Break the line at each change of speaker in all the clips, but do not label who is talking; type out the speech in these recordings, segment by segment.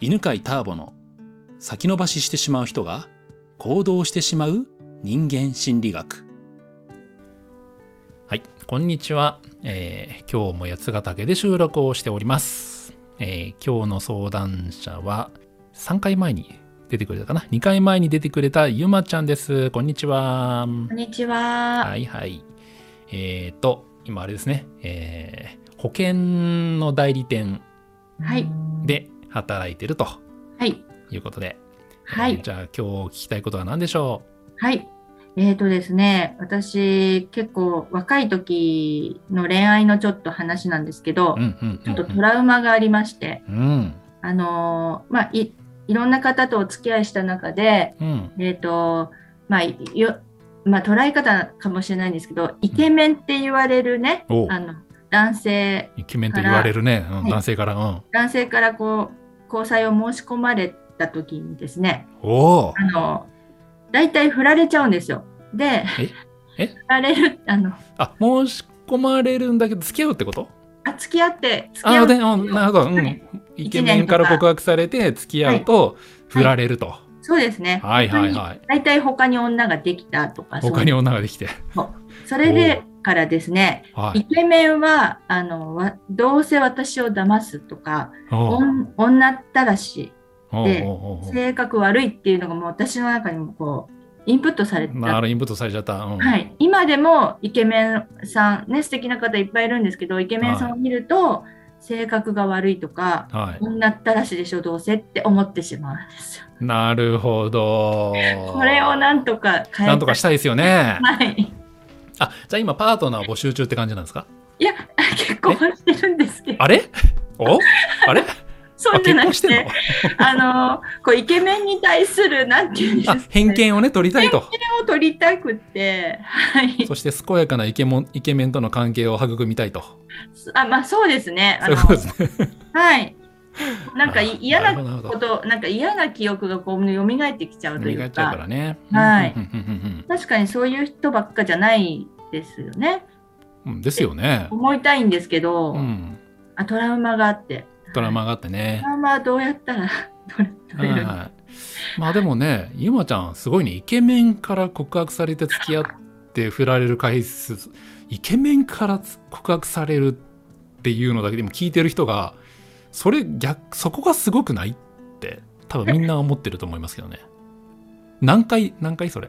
犬飼ターボの先延ばししてしまう人が行動してしまう人間心理学
はい、こんにちは。えー今日も八ヶ岳で収録をしております。えー今日の相談者は、3回前に出てくれたかな ?2 回前に出てくれたゆまちゃんです。こんにちは。
こんにちは。
はいはい。えっ、と、今あれですね、えー保険の代理店
はい。
で働いてると
はい。
いうことで、
は
えー
い。
じゃあ今日聞きたいことは何でしょ
はい。えーとですね、私、結構若い時の恋愛のちょっと話なんですけど
う、うんうん
ちょっと
う
ト
ん
ラウマがありまして、
うん。
あのーまあ、い、いろんな方とお付き合いした中で、
うん。
えーと、まあ、いよ、まあ、捉え方かもしれないんですけど、イケメンって言われるね、
おう
あの、男性、
イケメンと言われるね、うん
はい
男性から。うん、
男性からこう、交際を申し込まれた時にですね、
おお
あの、大体振られちゃうんですよ。で、
ええ
振られる、あの、
あ、申し込まれるんだけど、付き合うってこと
あ、付き合って、付き合
あ
う。
で、うん、なるほど、う
は
ん
い。
イケメンから告白されて、付き合うと、振られると。
そうですね。
はいはい
本
はい。
当に大体他に女ができたとか、
他に女ができて。
そうそれでからですね、
は
イ
い。
ケメンは、あの、わどうせ私を騙すとか、
お
お
うん
女ったらし
おう
で
おうおう
性格悪いっていうのがもう私の中にもこう、インプットされて
な
た。
るインプットされちゃった。うん
はい、今でもイケメンさんね素敵な方いっぱいいるんですけどイケメンさんを見ると、性格が悪いとか
はい。
女ったらしでしょどうせって思ってしまうんですよ。
なるほど。
これをなんとか変え
なんとかしたたいですよね。
はい。
あ、じゃあ今、パートナー募集中って感じなんですか
いや結婚してるんですけど
あれおあ れ
そ
あ
うじ
結
ゃな
婚
く
してん
て
の
あのこうイケメンに対するなんていうんですか
あ
ね、
偏見をね、取りたい と。
を取りたくてはい
そして、健やかなイケモンイケメンとの関係を育みたいと。
あまあそうですねあ
そうい
の
うことですね。
はいなんかい嫌
あ
な
るほどるほど
ことなんか嫌な記憶がこう蘇ってきちゃうとい
磨
う
いちゃうか
から
ね。
はい
うんうんうん
確かにそういう人ばっかじゃないですよね
うんうんですよね。
思いたいんですけど、
うん。
あトラウマがあって
ドラマがあってね
ト。ラウマはどうやったら取
は
れ
い
取れるの
はい。まあでもね、ゆまちゃん、すごいね、イケメンから告白されて付き合って振られる回数、イケメンから告白されるっていうのだけでも聞いてる人が、それ逆、そこがすごくないって、多分みんな思ってると思いますけどね。何回、何回それ。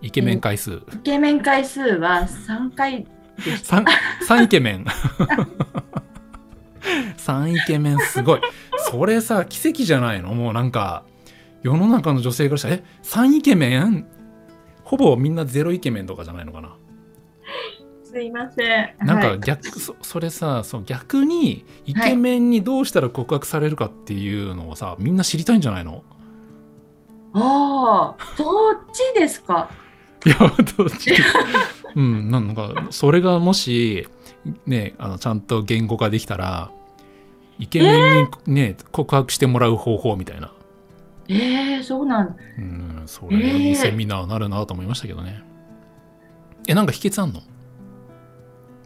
イケメン回数。
イケメン回数は3回でした
三三イケメン三イケメンすごいそれさ奇跡じゃないのもうなんか世の中の女性からしたら「え三イケメン?」ほぼみんなゼロイケメンとかじゃないのかな
すいません
なん
は
か
い
逆、そそれさそう逆にイケメンにどうしたら告白されるかっていうのをさみんな知りたいんじゃないの
ああそっちですか
いやどっちうんなんかそれがもしねあのちゃんと言語化できたらイケメンにね、告白してもらう方法みたいな、
ええそうなん
うん、それいいセミナーになるなと思いましたけどねえなんか秘訣あんの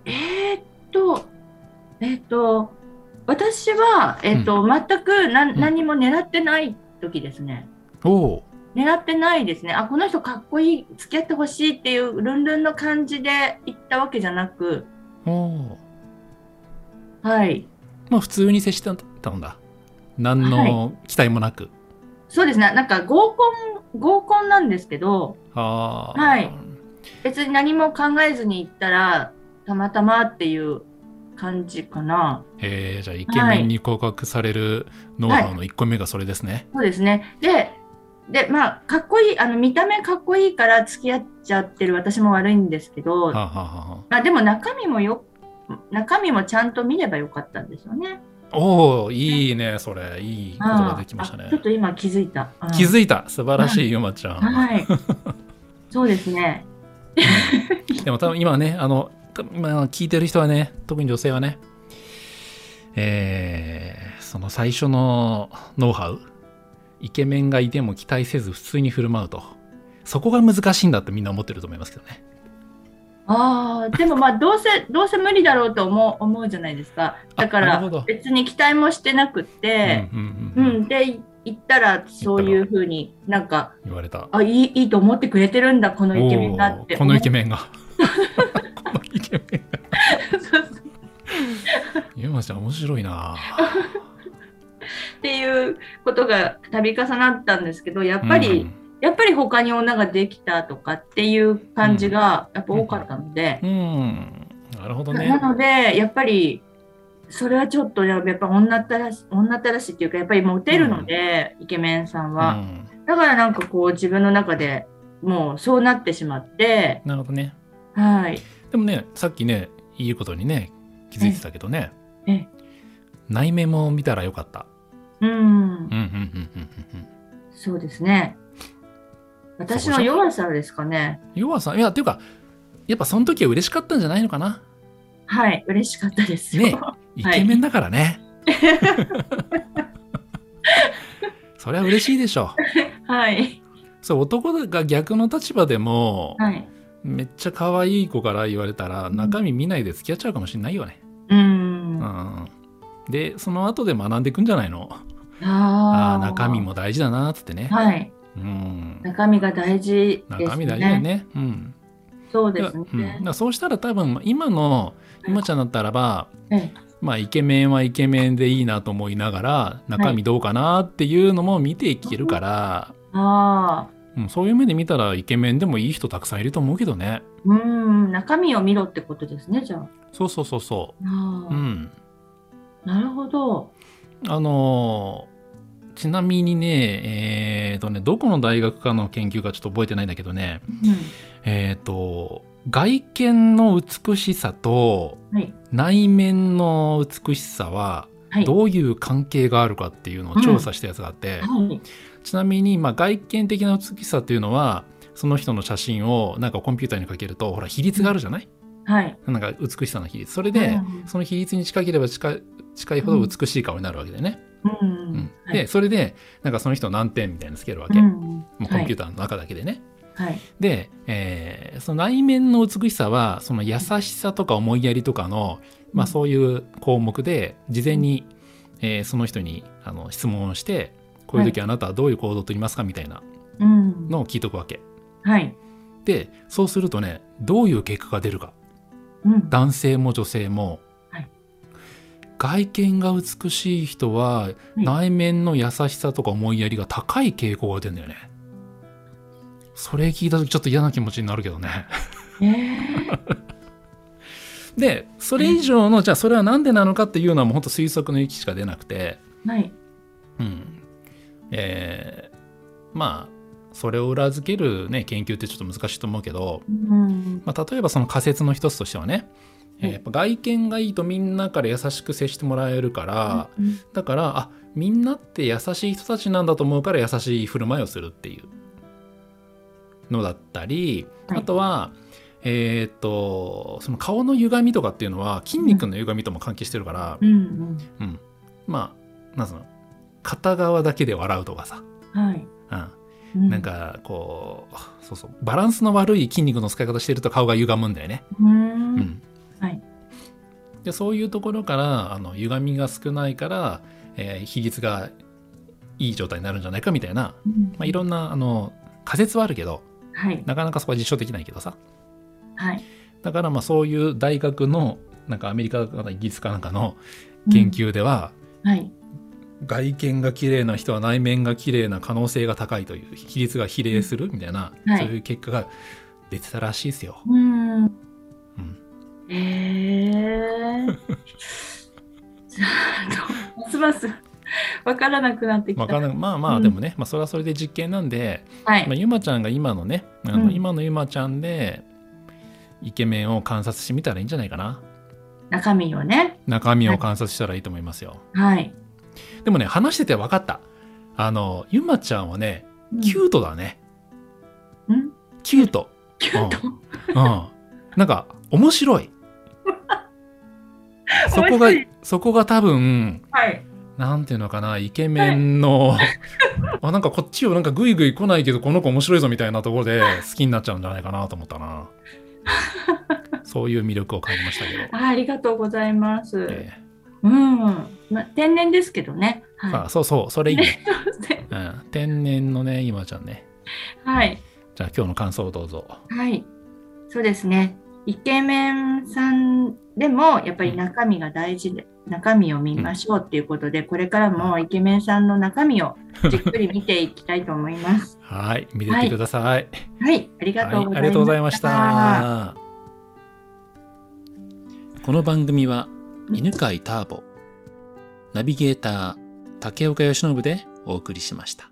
えーっとえーっと私は、えーっと全くな
うん
何も狙ってない時ですね
おお
狙ってないですねあこの人かっこいい付き合ってほしいっていうルンルンの感じで行ったわけじゃなく
うおう
はい
まあ普通に接してたんだ何の期待もなく、
そうですねなんか合コン合コンなんですけど
ああ
はい別に何も考えずに行ったらたまたまっていう感じかな
えーじゃあイケメンに告白されるノウハウの1個目がそれですね、
そうですねででまあかっこいいあの見た目かっこいいから付き合っちゃってる私も悪いんですけど、
はあはあはあはあ
まあ、でも中身もよ中身もちゃんと見ればよかったんですよね。
おおいいねそれいいことができました
あ
ね
ちょっと今気づいた。うん
気づいた素晴らしいゆまちゃん
はい。そうですね。
でも多分今ねあの多分今聞いてる人はね特に女性はねえーその最初のノウハウイケメンがいても期待せず普通に振る舞うとそこが難しいんだってみんな思ってると思いますけどね
ああ、でもまあどうせどうせ無理だろうと思う思うじゃないですか。だか
あなるほ
ら
ど
別に期待もしてなくって、
うんう
うんん、
うん
で行ったらそういうふうになんか
言われた。
あいいいいと思ってくれてるんだこのイケメンがっ
お
て。
ーこのイケメンが。 このイケメン。
そうそう
ゆまちゃん面白いな。
っていうことが度重なったんですけど、やっぱり、やっぱり他に女ができたとかっていう感じがやっぱ多かったので、
うん。うん。なるほど
な
ね。
なのでやっぱりそれはちょっとやっぱ女ったらし女ったらしいっていうかやっぱりモテるので、イケメンさん
う
は、
ん
だからなんかこう自分の中でもうそうなってしまって
なるほどね。
はい
でもね、さっきね、いいことにね、気づいてたけどね
ええ。
内面も見たらよかった。
うん
うんうんうんうんうんうん。
そうですね私の弱さですかね
弱さ、いや、っていうか、やっぱその時は嬉しかったんじゃないのかな。
はい嬉しかったですよ、
ねイケメンだからね。 それは嬉しいでしょう。
はい
そう男が逆の立場でも、
はい
めっちゃ可愛い子から言われたら
ん
中身見ないで付き合っちゃうかもしれないよね。
う
うん
あ
ん、でその後で学んでいくんじゃないのああ
あー
中身も大事だなっつってね。
はい
うん、
中身が大事ですね
中身大事だよね。うん
そう
だ
で
か
す
ら
ね、
うんだからそうしたら多分今の今ちゃんだったらば、
ええ
まあ、イケメンはイケメンでいいなと思いながら中身どうかなっていうのも見ていけるから、
ああ、
うん、そういう目で見たらイケメンでもいい人たくさんいると思うけどね。
うん、中身を見ろってことですね、じゃあ。
そうそうそうそ
あ
う。う
あ
ん
なるほど。
あのーちなみにね、えーとね、どこの大学かの研究かちょっと覚えてないんだけどね、
うん
えーと、外見の美しさと
はい、
内面の美しさは
はい、
どういう関係があるかっていうのを調査したやつがあって、
はい、
ちなみに、まあ、外見的な美しさっていうのは、その人の写真をなんかコンピューターにかけると、ほら、比率があるじゃない
はい、
なんか美しさの比率。それで、
う
その比率に近ければ近い近いほど美しい顔になるわけだよね。
ん、うん、
うんでそれでなんかその人何点みたいなのつけるわけ、
う
も
ん、
うコンピューターの中だけでね、
はい、
で、えーその内面の美しさはその優しさとか思いやりとかの、まあ、
う、
そういう項目で事前に、えーその人にあの質問をしてこういう時あなたはどういう行動をとりますかみたいなん
うん、
のを聞いとくわけ
はい、
でそうするとねどういう結果が出るか
うん、
男性も女性も、
はい
外見が美しい人は内面の優しさとか思いやりが高い傾向が出るんだよね。それ聞いた時ちょっと嫌な気持ちになるけどね。
ええ
でそれ以上のじゃあそれは何でなのかっていうのはもうほんと推測の域しか出なくて、
はい、
うんえーまあそれを裏付ける、ね、研究ってちょっと難しいと思うけど、
うん、
まあ、例えばその仮説の一つとしてはね、えー
はい
やっぱ外見がいいとみんなから優しく接してもらえるから、
うん
だからあみんなって優しい人たちなんだと思うから優しい振る舞いをするっていうのだったり、
はい
あとはえーっとその顔の歪みとかっていうのは筋肉の歪みとも関係してるから、
うん、
まあなんつうの片側だけで笑うとかさ、
うん、はい、
うん、
う
なん、かこうそうそうバランスの悪い筋肉の使い方してると顔が歪むんだよね。
う、
うんん
はい
でそういうところからあの歪みが少ないから、えー比率がいい状態になるんじゃないかみたいな、まあ、いろ
ん
んなあの仮説はあるけど
な、はい、
なかなかそこは実証できないけどさ
はい、
だからまあそういう大学のなんかアメリカかイギリスかなんかの研究では、
うん、はい、
外見が綺麗な人は内面が綺麗な可能性が高いという比率が比例するみたいな、
はい
そういう結果が出てたらしいですよ。
うん、
うん
ええ ちょっとますますわからなくなってきた。
まあ、わかんないまあま
う
あ
ん
でもね、まあ、それはそれで実験なんで、
は
まあ、
い。
ゆまちゃんが今のねあの、
うん
今のゆまちゃんでイケメンを観察してみたらいいんじゃないかな
中身をね。
中身を観察したらいいと思いますよ、
はい。
でもね話してて分かったあのゆまちゃんはね
うん
キュートだね、
うん
キュート
キュート。
うんなんか面白 いそこが
面白い
そこが多分
はい。
なんていうのかなイケメンの、 あなんかこっちをなんかグイグイ 来ないけどこの子面白いぞみたいなところで好きになっちゃうんじゃないかなと思ったなそういう魅力を感じましたけ ど。
あありがとうございます。
え
うん、ま天然ですけどね。
え
は
あそうそう、 それいいね。
い。
うん、天然のね、今ちゃんね。
はい。
じゃあ今日の感想をどうぞ。
はい。そうですね。イケメンさんでもやっぱり中身が大事で、中身を見ましょうっていうことで、これからもイケメンさんの中身をじっくり見ていきたいと思います。
はい、見てってください。
はい。ありがと
は
うござ
い、あ
いました。
りがとうございました。
この番組は犬飼ターボナビゲーター竹岡由伸でお送りしました。